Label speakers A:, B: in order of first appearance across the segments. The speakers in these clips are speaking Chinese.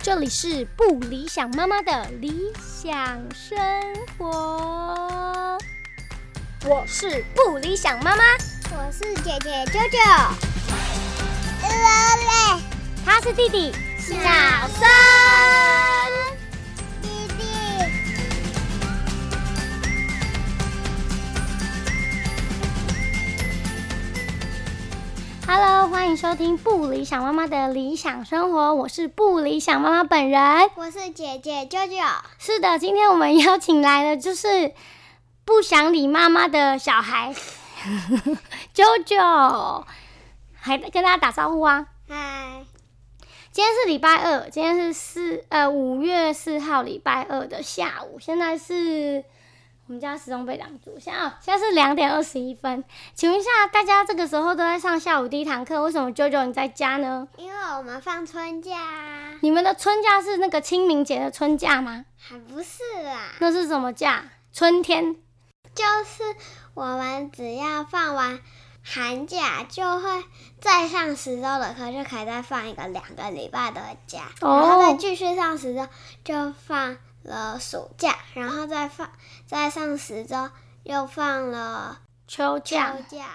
A: 这里是不理想妈妈的理想生活。我是不理想妈妈，
B: 我是姐姐舅舅，乐乐
A: 他是弟弟小生。
B: 弟弟，
A: Hello，欢迎收听不理想妈妈的理想生活，我是不理想妈妈本人。
B: 我是姐姐舅舅，
A: 是的，今天我们邀请来的就是不想理妈妈的小孩 九九，还跟大家打招呼啊！
B: 嗨，
A: 今天是礼拜二，今天是四呃五月四号礼拜二的下午，现在是我们家时钟被挡住，现在、哦、现在是两点二十一分。请问一下，大家这个时候都在上下午第一堂课，为什么九九你在家呢？
B: 因为我们放春假啊，
A: 你们的春假是那个清明节的春假吗？
B: 还不是啦，
A: 那是什么假？春天
B: 就是我们只要放完寒假，就会再上十周的课，就可以再放一个两个礼拜的假，
A: 哦
B: 然后再继续上十周，就放了暑假，然后再放再上十周，又放了
A: 秋
B: 秋
A: 假
B: 假。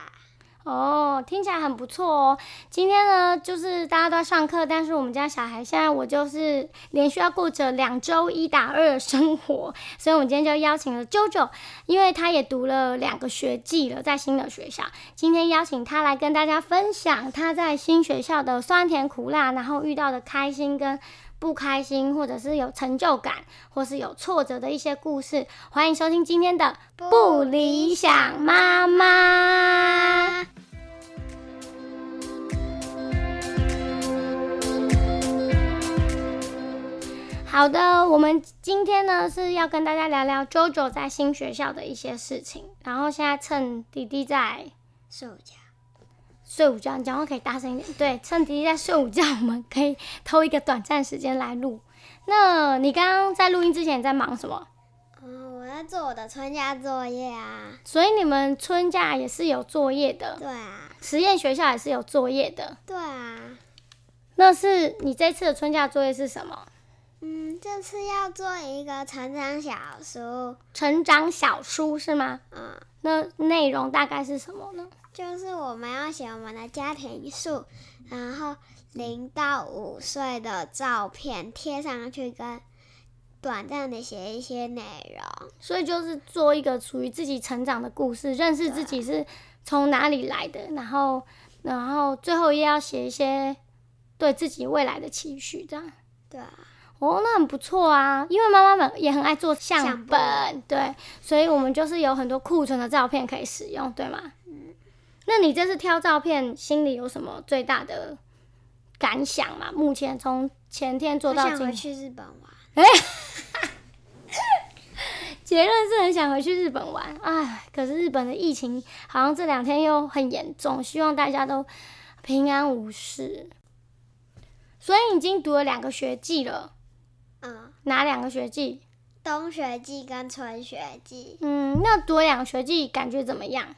A: 哦，听起来很不错哦。今天呢，就是大家都在上课，但是我们家小孩现在我就是连续要过着两周一打二的生活，所以我们今天就邀请了 JoJo，因为他也读了两个学季了，在新的学校。今天邀请他来跟大家分享他在新学校的酸甜苦辣，然后遇到的开心跟不开心，或者是有成就感，或是有挫折的一些故事。欢迎收听今天的不理想妈妈。好的，我们今天呢是要跟大家聊聊 JoJo 在新学校的一些事情。然后现在趁弟弟在
B: 暑假，
A: 睡午觉，你讲话可以大声一点。对，趁弟弟在睡午觉，我们可以偷一个短暂时间来录。那你刚刚在录音之前你在忙什么？
B: 嗯，我在做我的春假作业啊。
A: 所以你们春假也是有作业的，
B: 对啊，
A: 实验学校也是有作业的。
B: 对啊，
A: 那是你这次的春假作业是什么？
B: 嗯，这次要做一个成长小书，
A: 成长小书是吗？
B: 嗯，
A: 那内容大概是什么呢？
B: 就是我们要写我们的家庭树，然后零到五岁的照片贴上去，跟短暂的写一些内容。
A: 所以就是做一个属于自己成长的故事，认识自己
B: 啊
A: 是从哪里来的，然后，呃然后最后也要写一些对自己未来的期许，这样。
B: 对啊，
A: 哦，那很不错啊，因为妈妈们也很爱做相
B: 相
A: 本
B: 本，
A: 对，所以我们就是有很多库存的照片可以使用，对吗？嗯那你这次挑照片，心里有什么最大的感想吗？目前从前天做
B: 我
A: 到
B: 想
A: 今
B: 回
A: 天，
B: 去日本玩。
A: 结论是很想回去日本玩，唉，可是日本的疫情好像这两天又很严重，希望大家都平安无事。所以你已经读了两个学季了，
B: 嗯，
A: 哪两个学季？
B: 冬学季跟春学季，
A: 嗯，那读了两个学季感觉怎么样？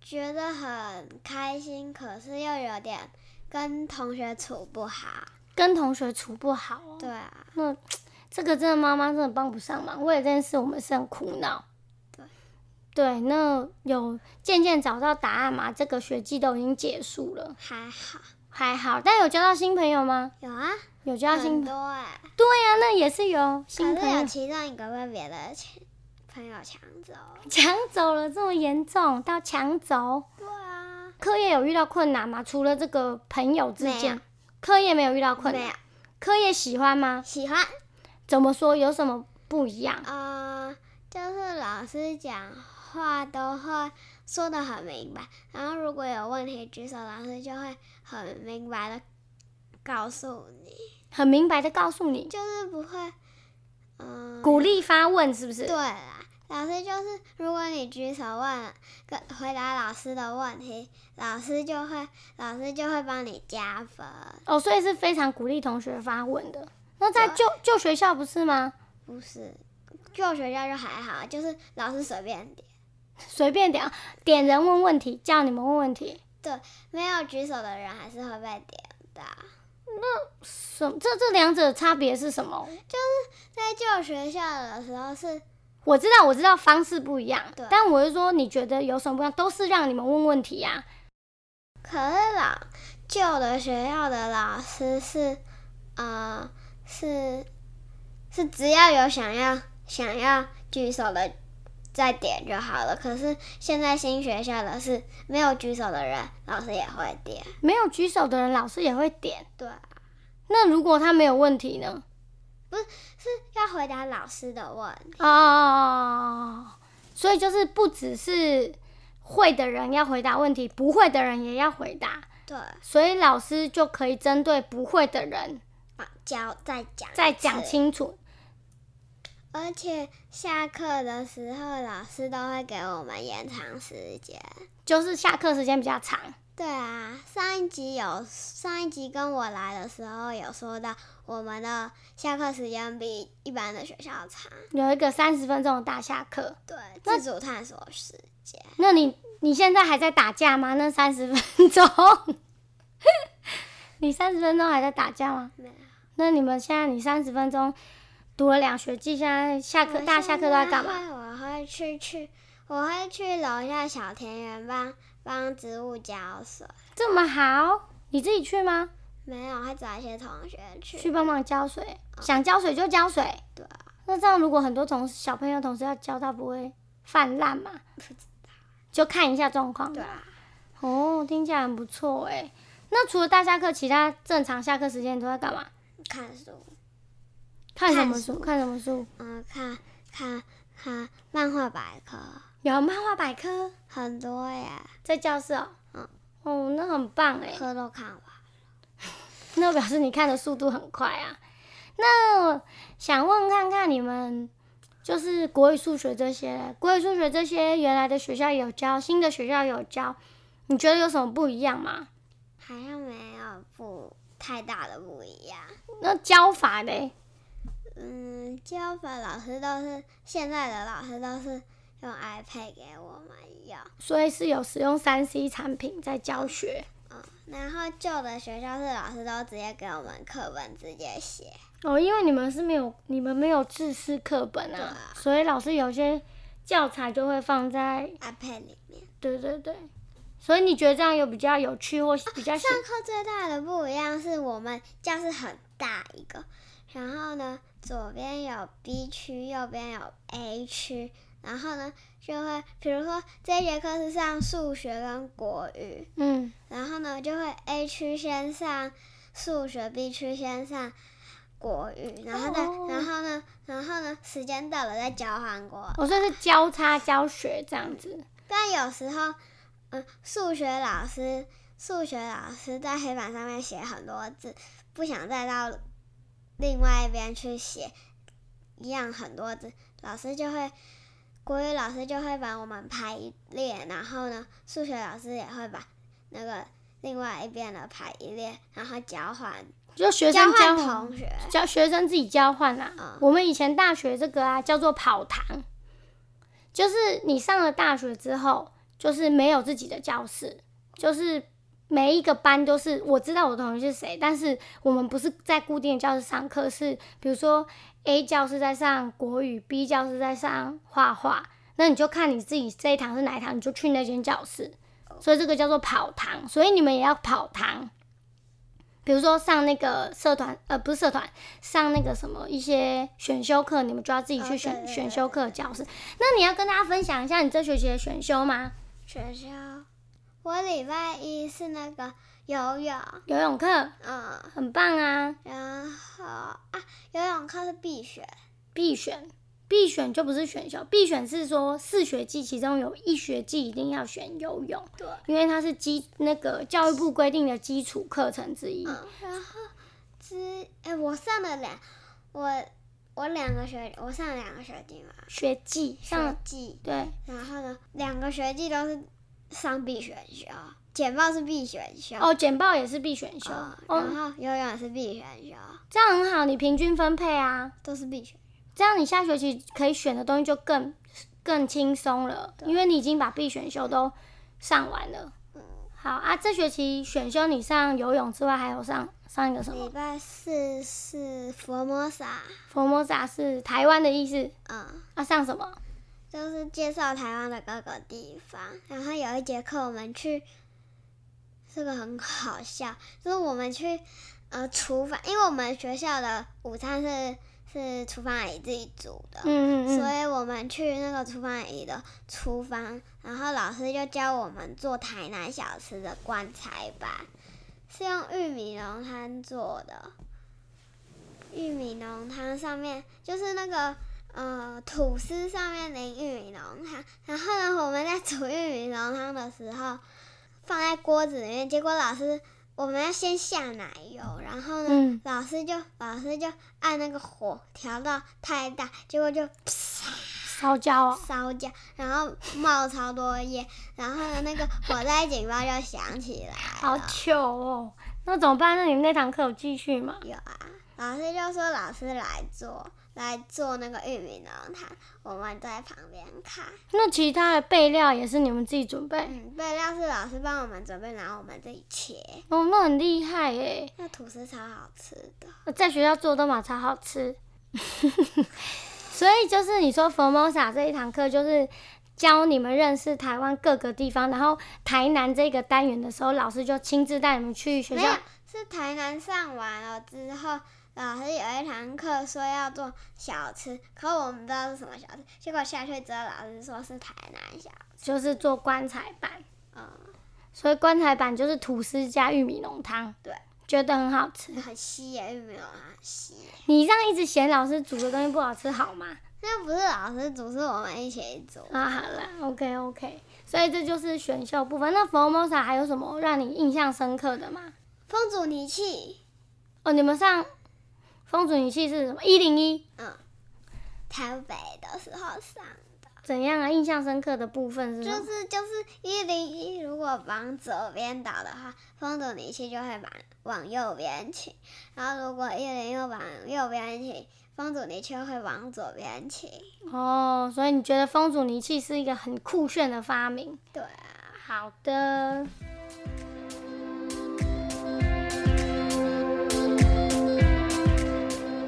B: 觉得很开心，可是又有点跟同学处不好。
A: 跟同学处不好哦。
B: 对啊，
A: 那这个真的妈妈真的帮不上忙，为了这件事我们是很苦恼。
B: 对
A: 对，那有渐渐找到答案吗？这个学季都已经结束了，
B: 还好
A: 还好。但有交到新朋友吗？
B: 有啊，
A: 有交到新
B: 很
A: 朋
B: 多哎、
A: 对呀、那也是有新
B: 可
A: 朋
B: 是有
A: 友
B: 其中一个被别的亲朋友抢走。
A: 抢走了，这么严重到抢走。
B: 对啊，
A: 课业有遇到困难吗？除了这个朋友之
B: 没
A: 间
B: 有，
A: 课业没有遇到困
B: 没有
A: 难。课业喜欢吗？
B: 喜欢
A: 怎么说？有什么不一样？
B: 啊、呃就是老师讲话都会说的很明白，然后如果有问题举手，老师就会很明白的告诉你，
A: 很明白的告诉你，
B: 就是不会，嗯、
A: 鼓励发问是不是？
B: 对啦，老师就是如果你举手问跟回答老师的问题，老师就会老师就会帮你加分，
A: 哦，所以是非常鼓励同学发问的。那在旧旧学校不是吗？
B: 不是。旧学校就还好，就是老师随便点，
A: 随便点啊点人问问题，叫你们问问题。
B: 没有举手的人还是会被点到。
A: 什这这两者的差别是什么？
B: 在旧学校的时候是
A: 我知道，我知道方式不一样
B: 对，
A: 但我是说，你觉得有什么不一样？都是让你们问问题啊呀、
B: 可是老旧的学校的老师是，呃，是是只要有想要想要举手的再点就好了。可是现在新学校的是没有举手的人，老师也会点。
A: 没有举手的人，老师也会点。
B: 对，啊
A: 那如果他没有问题呢？
B: 要回答老师的问题。
A: 哦，所以就是不只是会的人要回答问题，不会的人也要回答，
B: 对，
A: 所以老师就可以针对不会的人
B: 啊，教再讲
A: 再
B: 一
A: 讲
B: 次
A: 清楚。
B: 而且下课的时候，老师都会给我们延长时间。
A: 就是下课时间比较长，
B: 对啊，上一集有上一集跟我来的时候有说到，我们的下课时间比一般的学校长。
A: 有一个三十分钟的大下课。
B: 对，自主探索时间。
A: 那你你现在还在打架吗？那三十分钟， 你三十分钟还在打架吗？
B: 没有。
A: 那你们现在你三十分钟读了两学期，现在下课
B: 我
A: 大下课都在
B: 现
A: 干嘛？
B: 会我会去去，我会去楼下小田园帮帮植物浇水。
A: 这么好，你自己去吗？
B: 没有，会找一些同学
A: 去
B: 去。
A: 帮忙浇水，想浇水就浇水。
B: 对啊
A: 那这样如果很多同小朋友同时要浇，他不会泛滥嘛？就看一下状况。
B: 对啊，
A: 哦，听起来很不错哎。那除了大下课，其他正常下课时间你都在干嘛？
B: 看书，
A: 看什么
B: 看
A: 书？看什么书？
B: 嗯，看看看漫画百科，
A: 有漫画百科
B: 很多耶，
A: 在教室哦。
B: 嗯
A: 哦，那很棒哎，
B: 课都看完。
A: 那表示你看的速度很快啊。那想问看看你们，就是国语、数学这些，国语、数学这些原来的学校有教，新的学校有教，你觉得有什么不一样吗？
B: 好像没有不太大的不一样。
A: 那教法嘞？
B: 嗯，教法老师都是现在的老师都是用 iPad 给我们用，
A: 所以是有使用三 C 产品在教学。
B: 嗯，然后旧的学校是老师都直接给我们课本直接写，
A: 哦，因为你们是没有，你们没有制式课本
B: 对
A: 啊
B: 啊，
A: 所以老师有些教材就会放在，
B: iPad 里面。
A: 对对对，所以你觉得这样有比较有趣
B: 哦
A: 或比较喜
B: 上课最大的不一样是我们教室很大一个，然后呢，左边有 B 区，右边有 A 区，然后呢就会，比如说这一节课是上数学跟国语，
A: 嗯，
B: 然后呢，就会 A 区先上数学，B 区先上国语，然后再、
A: 哦
B: 然后呢，然后呢，时间到了再交换过。
A: 我、哦、算是交叉教学这样子，
B: 但有时候，嗯，数学老师数学老师在黑板上面写很多字，不想再到另外一边去写一样很多字，老师就会。国语老师就会把我们排列，然后呢，数学老师也会把那个另外一边的排列，然后交换
A: 就学
B: 交
A: 生交
B: 换
A: 换
B: 同学。
A: 教学生自己交换啦、
B: 嗯
A: 我们以前大学这个啊叫做跑堂，就是你上了大学之后，就是没有自己的教室，就是每一个班都是我知道我的同学是谁，但是我们不是在固定的教室上课，是比如说 A 教室在上国语，B 教室在上画画，那你就看你自己这一堂是哪一堂，你就去那间教室。所以这个叫做跑堂，所以你们也要跑堂。比如说上那个社团，呃，不是社团，上那个什么一些选修课，你们就要自己
B: 哦
A: 去
B: 对
A: 选、
B: 对对
A: 选修课的教室。那你要跟大家分享一下你这学期的选修吗？
B: 学校，我礼拜一是那个游泳，
A: 游泳课
B: 嗯，
A: 很棒啊，
B: 然后啊，游泳课是必选，
A: 必选。必选就不是选修，必选是说四学季其中有一学季一定要选游泳，
B: 对，
A: 因为它是基那个教育部规定的基础课程之一。
B: 嗯，然后之哎，我上了两，我我两个学，我上了两个学期嘛，
A: 学季
B: 学
A: 上
B: 季，
A: 对
B: 然后呢，两个学季都是上必选修，简报是必选修，
A: 哦，简报也是必选修
B: 嗯，然
A: 哦，
B: 后游泳也是必选修，
A: 这样很好，你平均分配啊，
B: 都是必选，
A: 这样你下学期可以选的东西就更更轻松了，因为你已经把必选修都
B: 嗯
A: 上完了。好啊，这学期选修你上游泳之外，还有上上一个什
B: 礼
A: 么
B: 拜四是佛摩萨，
A: ？Formosa 是台湾的意思，
B: 嗯，
A: 要、上什么？
B: 就是介绍台湾的各个地方。然后有一节课我们去，这个很好笑，就是我们去呃厨房，因为我们学校的午餐是是厨房阿姨自己煮的，
A: 嗯嗯
B: 所
A: 嗯，
B: 以我们去那个厨房阿姨的厨房，然后老师就教我们做台南小吃的棺材板，是用玉米浓汤做的。玉米浓汤上面就是那个呃吐司上面淋玉米浓汤，然后呢，我们在煮玉米浓汤的时候放在锅子里面，结果老师我们要先下奶油，然后呢，
A: 嗯
B: 老师就老师就按那个火调到太大，结果就啪
A: 烧焦哦。
B: 烧焦，然后冒超多烟，然后呢那个火灾警报就响起来
A: 好
B: 了。
A: 糗哦！那怎么办？那你们那堂课有继续吗？
B: 有啊，老师就说老师来做来做那个玉米浓汤，我们在旁边看。
A: 那其他的备料也是你们自己准备？
B: 嗯，备料是老师帮我们准备，然后我们自己切。
A: 哦，那很厉害耶！
B: 那吐司超好吃的，
A: 在学校做都马超好吃。 所以就是你说 Formosa 这一堂课就是教你们认识台湾各个地方，然后台南这个单元的时候，老师就亲自带你们去学
B: 没有
A: 校。
B: 是台南上完了之后，老师有一堂课说要做小吃，可我们不知道是什么小吃，结果下去之后老师说是台南小吃。
A: 就是做棺材板，
B: 嗯，
A: 所以棺材板就是吐司加玉米浓汤，
B: 对，
A: 觉得很好吃。
B: 很稀耶，玉米浓汤很稀耶。
A: 你这样一直嫌老师煮的东西不好吃好吗？
B: 那不是老师煮，是我们一起煮。
A: 啊，好啦 o k OK，所以这就是选秀部分。那 Formosa 还有什么让你印象深刻的吗？
B: 风阻尼器，
A: 哦，你们上风主女系是什么？一零一
B: 嗯，台北的时候上的。
A: 怎样啊？印象深刻的部分是什
B: 就
A: 么？
B: 是就是一零一，如果往左边倒的话，风阻尼器就会往往右边倾；然后如果一零又往右边倾，风阻尼器会往左边倾。
A: 哦，所以你觉得风主尼器是一个很酷炫的发明？
B: 对啊，
A: 好的。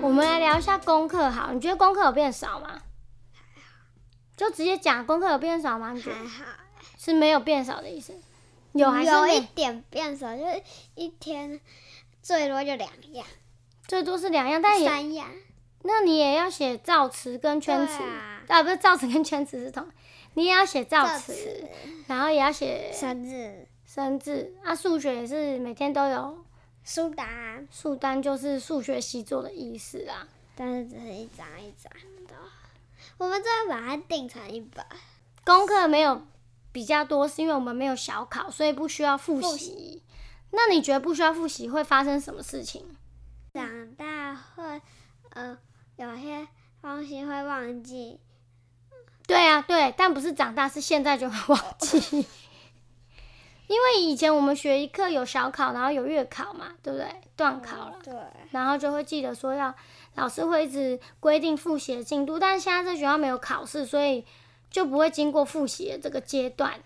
A: 我们来聊一下功课，好，你觉得功课有变少吗？就直接讲功课有变少吗？你觉得
B: 还好，
A: 是没有变少的意思？有还是
B: 一
A: 没？
B: 点变少，就是一天最多就两样、
A: 最多是两样，但也
B: 三样。
A: 那你也要写造词跟圈词
B: 对啊
A: 啊，不是造词跟圈词是同，你也要写造
B: 造
A: 词
B: 词，、
A: 然后也要写
B: 生日、
A: 生字啊，数学也是每天都有，
B: 书答案，
A: 数单就是数学习作的意思啊。
B: 但是只是一张一张的。我们最后把它定成一本，
A: 功课没有比较多，是因为我们没有小考，所以不需要复
B: 复
A: 习。那你觉得不需要复习会发生什么事情？
B: 长大会，呃，有些东西会忘记，
A: 对啊，对，但不是长大，是现在就会忘记。 因为以前我们学一课有小考，然后有月考嘛，对不对？段考了，
B: 对，
A: 然后就会记得说要老师会一直规定复习的进度，但是现在在学校没有考试，所以就不会经过复习的这个阶段。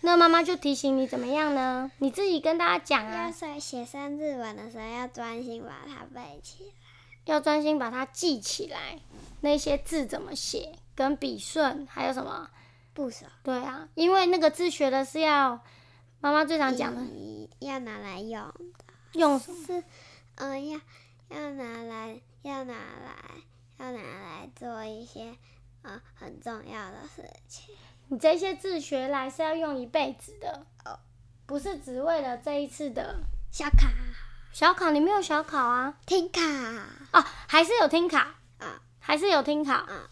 A: 那妈妈就提醒你怎么样呢？你自己跟大家讲啊
B: 要，写写生日文的时候要专心把它背起来。
A: 要专心把它记起来，那些字怎么写，跟笔顺，还有什么？
B: 部首
A: 对啊，因为那个字学的是要妈妈最常讲的
B: 一要拿来用，
A: 用什么？
B: 是，嗯、要要拿来要拿来要拿来做一些呃很重要的事情。
A: 你这些字学来是要用一辈子的
B: 哦，
A: 不是只为了这一次的
B: 小卡、
A: 小考。你没有小考啊？
B: 听卡
A: 哦，还是有听考，
B: 啊，
A: 还是有听考。
B: 嗯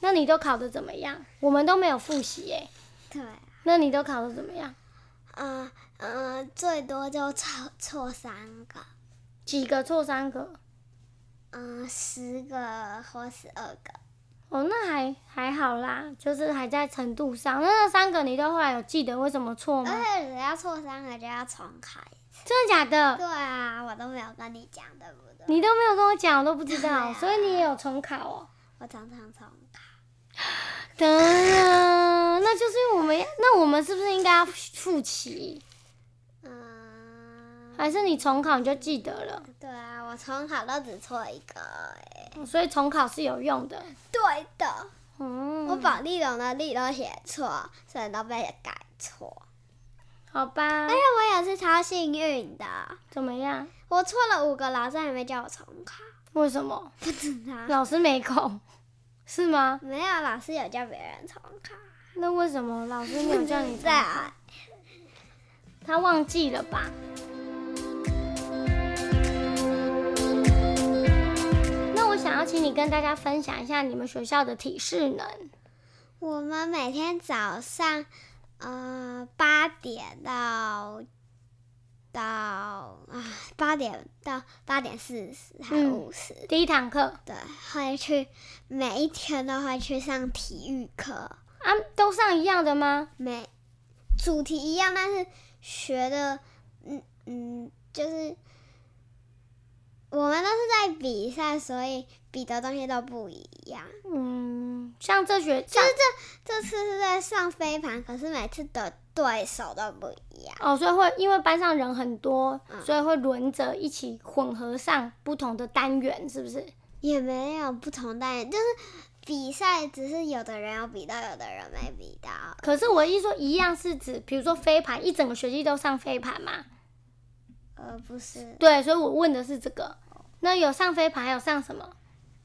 A: 那你都考的怎么样？我们都没有复习耶。
B: 对，
A: 那你都考的怎么样？
B: 嗯、嗯、最多就错错三个。
A: 几个错三个？
B: 嗯，十个或十二个，
A: 哦，那还还好啦，就是还在程度上。那那三个你都后来有记得为什么错
B: 而
A: 吗？
B: 且只要错三个就要重开。
A: 真的假的？
B: 对啊，我都没有跟你讲，对不对？
A: 你都没有跟我讲，我都不知
B: 对
A: 道，
B: 啊
A: 所以你也有重考哦。
B: 我常常重开。
A: 噔，那就是因为我们，那我们是不是应该要复习？
B: 嗯，
A: 还是你重考你就记得了？
B: 对啊，我重考都只错一个哎、
A: 所以重考是有用的。
B: 对的，
A: 嗯，
B: 我把立龙的立都写错，所以都被改错。
A: 好吧
B: 而，且我也是超幸运的，
A: 怎么样？
B: 我错了五个，老师还没叫我重考。
A: 为什么
B: 不知道，
A: 老师没空？ 是吗？
B: 没有老师有叫别人重考。
A: 那为什么老师没有叫你重考
B: 在啊，
A: 他忘记了吧？那我想要请你跟大家分享一下你们学校的体适能。
B: 我们每天早上，呃，八点到到啊，八点到八点四十还
A: 嗯
B: 五十、
A: 第一堂课
B: 对，会去每一天都会去上体育课，
A: 啊，都上一样的吗？
B: 每主题一样，但是学的，嗯嗯，就是我们都是在比赛，所以比的东西都不一样。
A: 嗯，像这学像
B: 这次是在上飞盘，可是每次的对手都不一样。
A: 哦，所以会因为班上人很多，
B: 嗯
A: 所以会轮着一起混合上不同的单元，是不是？
B: 也没有不同单元，就是比赛，只是有的人有比到，有的人没比到。
A: 可是我一说一样是指，比如说飞盘，一整个学期都上飞盘嘛？
B: 呃，不是，
A: 对，所以我问的是这个。那有上飞盘，还有上什么？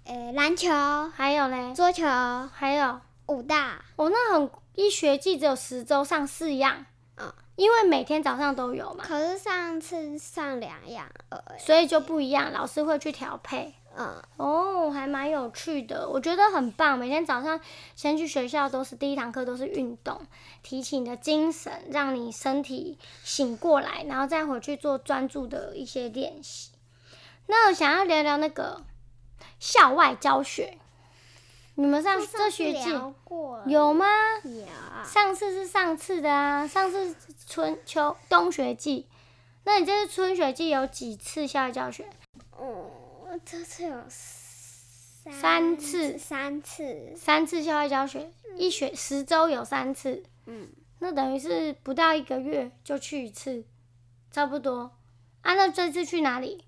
B: 呃，篮球、
A: 还有嘞，
B: 桌球、
A: 还有
B: 武大，
A: 哦，那很一学季只有十周上四样，
B: 嗯
A: 因为每天早上都有嘛，
B: 可是上次上两样而已。
A: 所以就不一样，老师会去调配。
B: 嗯，
A: 哦，还蛮有趣的，我觉得很棒。每天早上先去学校，都是第一堂课都是运动，提起你的精神，让你身体醒过来，然后再回去做专注的一些练习。那我想要聊聊那个校外教学，你们上这学
B: 上次
A: 季
B: 聊过了
A: 有吗？
B: 有啊
A: 上次是上次的啊，上次是春秋冬学季，那你这次春学季有几次校外教学？
B: 嗯，我这次有三
A: 三次
B: 三次，
A: 三次校外教学，一学十周有三次，
B: 嗯，
A: 那等于是不到一个月就去一次，差不多。啊，那这次去哪里？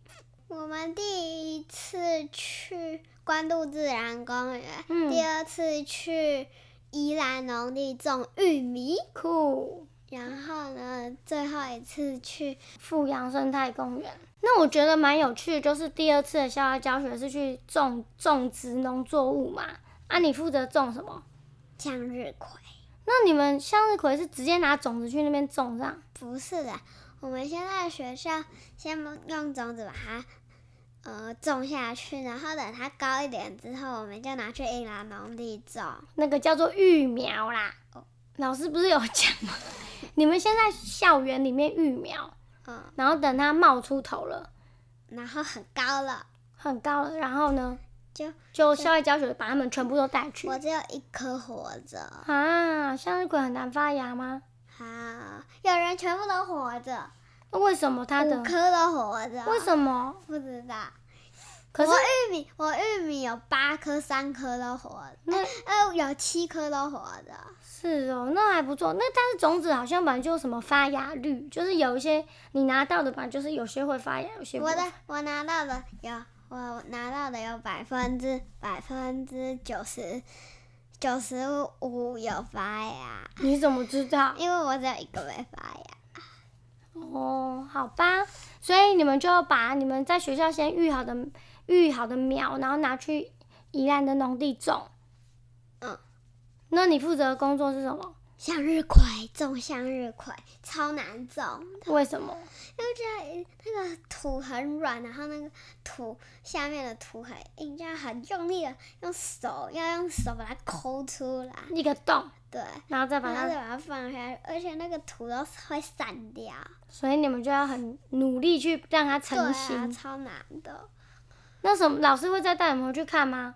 B: 我们第一次去关渡自然公园，
A: 嗯
B: 第二次去宜兰农地种玉米，
A: 酷，
B: 然后呢，最后一次去
A: 富阳生态公园。那我觉得蛮有趣的，就是第二次的校外教学是去种种植农作物嘛。啊，你负责种什么？
B: 向日葵。
A: 那你们向日葵是直接拿种子去那边种这样？
B: 不是的，我们先在学校先用种子把它呃种下去，然后等它高一点之后，我们就拿去宜兰农地种。
A: 那个叫做育苗啦。老师不是有讲吗？ 你们先在校园里面育苗，
B: 嗯，
A: 然后等它冒出头了，
B: 然后很高了，
A: 很高了，然后呢，
B: 就
A: 就校外教学把它们全部都带去
B: 我。只有一颗活着。
A: 啊，向日葵很难发芽吗？
B: 好，有人全部都活着，
A: 那为什么它的
B: 五？颗都活着。
A: 为什么？
B: 不知道。
A: 可是
B: 我玉米，我玉米有八颗，三颗都活着，
A: 那
B: 呃，有七颗都活着。
A: 是哦，那还不错。那但是种子好像本来就有什么发芽率，就是有一些你拿到的吧，就是有些会发芽，有些不
B: 我
A: 会
B: 的我拿到的有我拿到的有百分之百分之九十九十五有发芽，
A: 你怎么知道？
B: 因为我只有一个没发芽。
A: 哦，好吧，所以你们就把你们在学校先育好的育好的苗，然后拿去宜兰的农地种。
B: 嗯，
A: 那你负责的工作是什么？
B: 向日葵种向日葵超难种，
A: 为什么？
B: 因为这那个土很软，然后那个土下面的土很硬，这样很用力的用手要用手把它抠出来，
A: 一个洞，
B: 对，
A: 然后再把
B: 然后再
A: 它，
B: 把它放下去，而且那个土都会散掉，
A: 所以你们就要很努力去让它
B: 对
A: 成
B: 啊，
A: 型。
B: 超难的。
A: 那什么老师会再带你们回去看吗？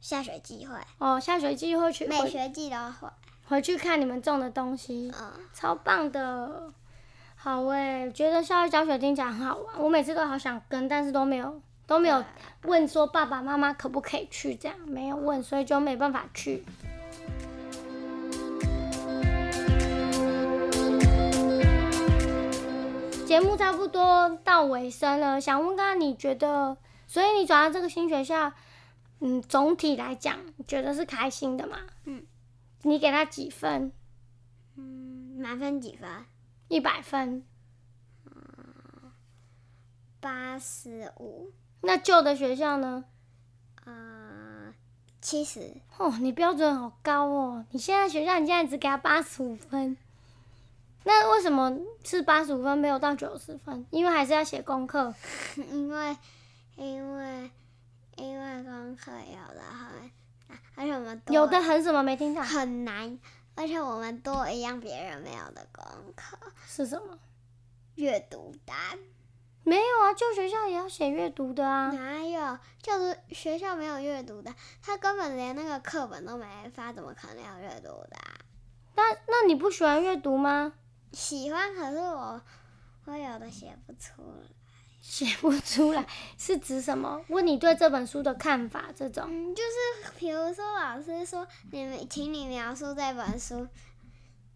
B: 下学期会，
A: 哦，下学期会去
B: 每
A: 回
B: 学季都会。
A: 回去看你们种的东西。
B: 嗯，
A: 超棒的。好诶、觉得校外教学听起来很好玩，我每次都好想跟，但是都没有都没有问说爸爸妈妈可不可以去，这样没有问，所以就没办法去。节目差不多到尾声了，想问刚刚你觉得，所以你转到这个新学校，嗯，总体来讲，你觉得是开心的吗？
B: 嗯，
A: 你给他几分？
B: 嗯，满分几分？
A: 一百分。
B: 八十五，
A: 那旧的学校呢？
B: 呃，七十。
A: 哦，你标准好高哦！你现在学校，你现在只给他八十五分，那为什么是八十五分没有到九十分？因为还是要写功课。
B: 因为因为因为功课有的很，而且我们多
A: 有的很什么没听到
B: 很难，而且我们多一样别人没有的功课，
A: 是什么？
B: 阅读单
A: 没有啊，旧学校也要写阅读的啊。
B: 哪有？就是学校没有阅读单，他根本连那个课本都没发，怎么可能有阅读单？
A: 那那你不喜欢阅读吗？
B: 喜欢，可是我我有的写不出来。
A: 写不出来是指什么？问你对这本书的看法这种。
B: 嗯，就是比如说老师说你们，请你描述这本书，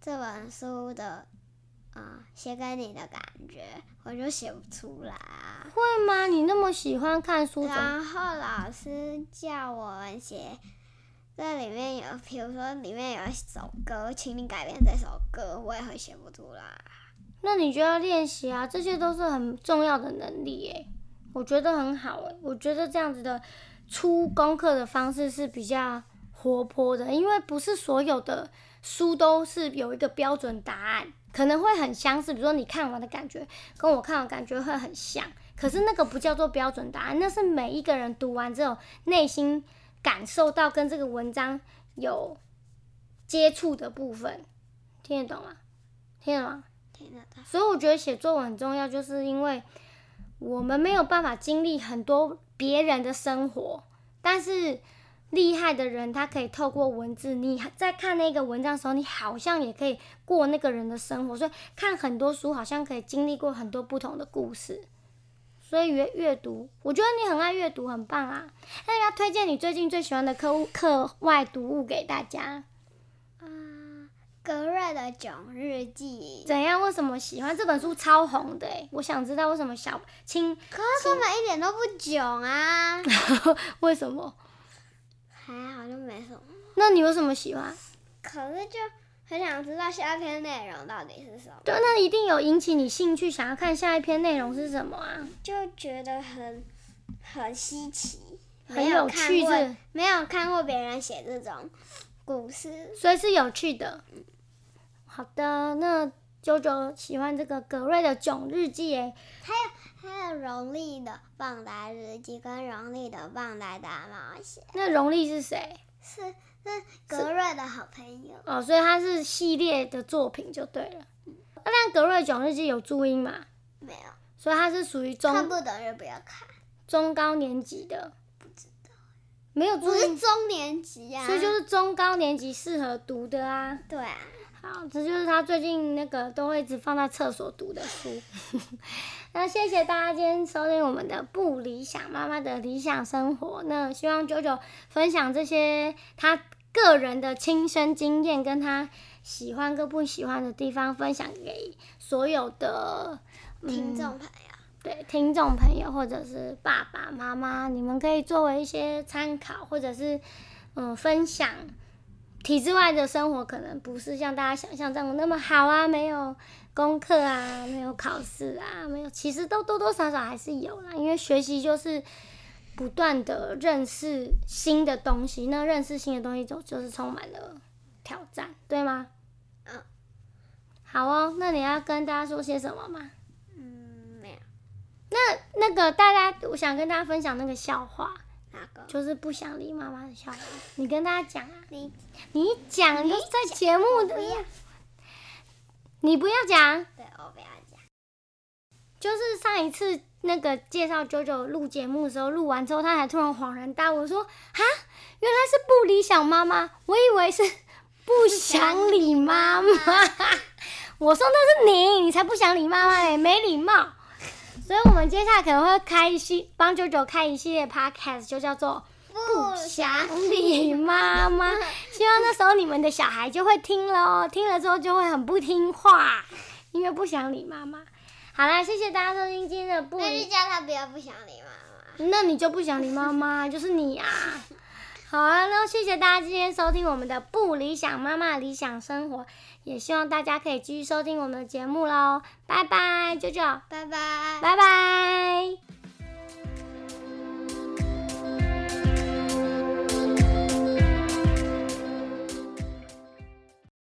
B: 这本书的，啊、写给你的感觉，我就写不出来啊。
A: 会吗？你那么喜欢看书，怎么？
B: 然后老师叫我们写，这里面有，比如说里面有一首歌，请你改编这首歌，我也会写不出来。
A: 那你就要练习啊，这些都是很重要的能力耶、我觉得很好诶、我觉得这样子的出功课的方式是比较活泼的，因为不是所有的书都是有一个标准答案，可能会很相似，比如说你看完的感觉跟我看完感觉会很像，可是那个不叫做标准答案，那是每一个人读完之后内心感受到跟这个文章有接触的部分，听得懂吗？听得懂吗？
B: 听得到？
A: 所以我觉得写作文很重要，就是因为我们没有办法经历很多别人的生活，但是厉害的人他可以透过文字，你在看那个文章的时候，你好像也可以过那个人的生活，所以看很多书好像可以经历过很多不同的故事。所以阅阅读，我觉得你很爱阅读，很棒啊！那要不要推荐你最近最喜欢的课物课外读物给大家？
B: 啊、格瑞的《囧日记》，
A: 怎样？为什么喜欢这本书超红的、欸？我想知道为什么小青
B: 可是根本一点都不囧啊，
A: 为什么？
B: 还好就没什么。
A: 那你为什么喜欢？
B: 可是就很想知道下一篇内容到底是什么，
A: 对，啊那一定有引起你兴趣，想要看下一篇内容是什么啊？
B: 就觉得很很稀奇，
A: 很
B: 没
A: 有
B: 看
A: 趣
B: 过
A: 是
B: 没有看过别人写这种故事。
A: 所以是有趣的。好的，那九九喜欢这个格瑞的《囧日记》诶，
B: 还有荣利的《棒达日记》跟荣利的《棒达大冒险
A: 那荣利是谁？》
B: 是是格瑞的好朋友，
A: 哦，所以它是系列的作品就对了。啊那但格瑞的《囧日记》有注音嘛？
B: 没有
A: 所以它是属于
B: 看
A: 中
B: 不懂就不要看，
A: 中高年级的，没有
B: 不
A: 注
B: 是
A: 音，
B: 中年级啊，
A: 所以就是中高年级适合读的啊。
B: 对啊，
A: 好，这就是他最近那个都会一直放在厕所读的书。 那谢谢大家今天收听我们的不理想妈妈的理想生活。那希望九九分享这些他个人的亲身经验，跟他喜欢跟不喜欢的地方分享给所有的、嗯
B: 听众朋友，
A: 对听众朋友或者是爸爸妈妈，你们可以作为一些参考，或者是嗯分享。体制外的生活可能不是像大家想象中的那么好啊，没有功课啊，没有考试啊，没有，其实都多多少少还是有啦，因为学习就是不断的认识新的东西，那认识新的东西就就是充满了挑战，对吗？
B: 嗯。
A: 好哦，那你要跟大家说些什么吗？
B: 嗯，没有
A: 那个大家，我想跟大家分享那个笑话，
B: 哪个？
A: 就是不想理妈妈的笑话。你跟大家讲啊，
B: 你
A: 你一讲你就在节目的
B: 不，要，
A: 你不要讲。
B: 对我不要讲，
A: 就是上一次那个介绍九九录节目的时候，录完之后，他才突然恍然大悟，说：“哈，原来是不理想妈妈，我以为是不想理妈妈。”我说那是你，你才不想理妈妈嘞，没礼貌。所以我们接下来可能会开一系帮九九开一系列 podcast，就叫做
B: 不想
A: 想理妈 妈，希望那时候你们的小孩就会听喽，听了之后就会很不听话，因为不想理妈妈。好啦，谢谢大家收听今天的不
B: 那
A: 理
B: 就叫他不要不想理妈妈。
A: 那你就不想理妈妈，就是你 啊。好啊，那谢谢大家今天收听我们的《不理想妈妈理想生活》，也希望大家可以继续收听我们的节目喽。拜拜，舅舅，
B: 拜拜。
A: 拜拜。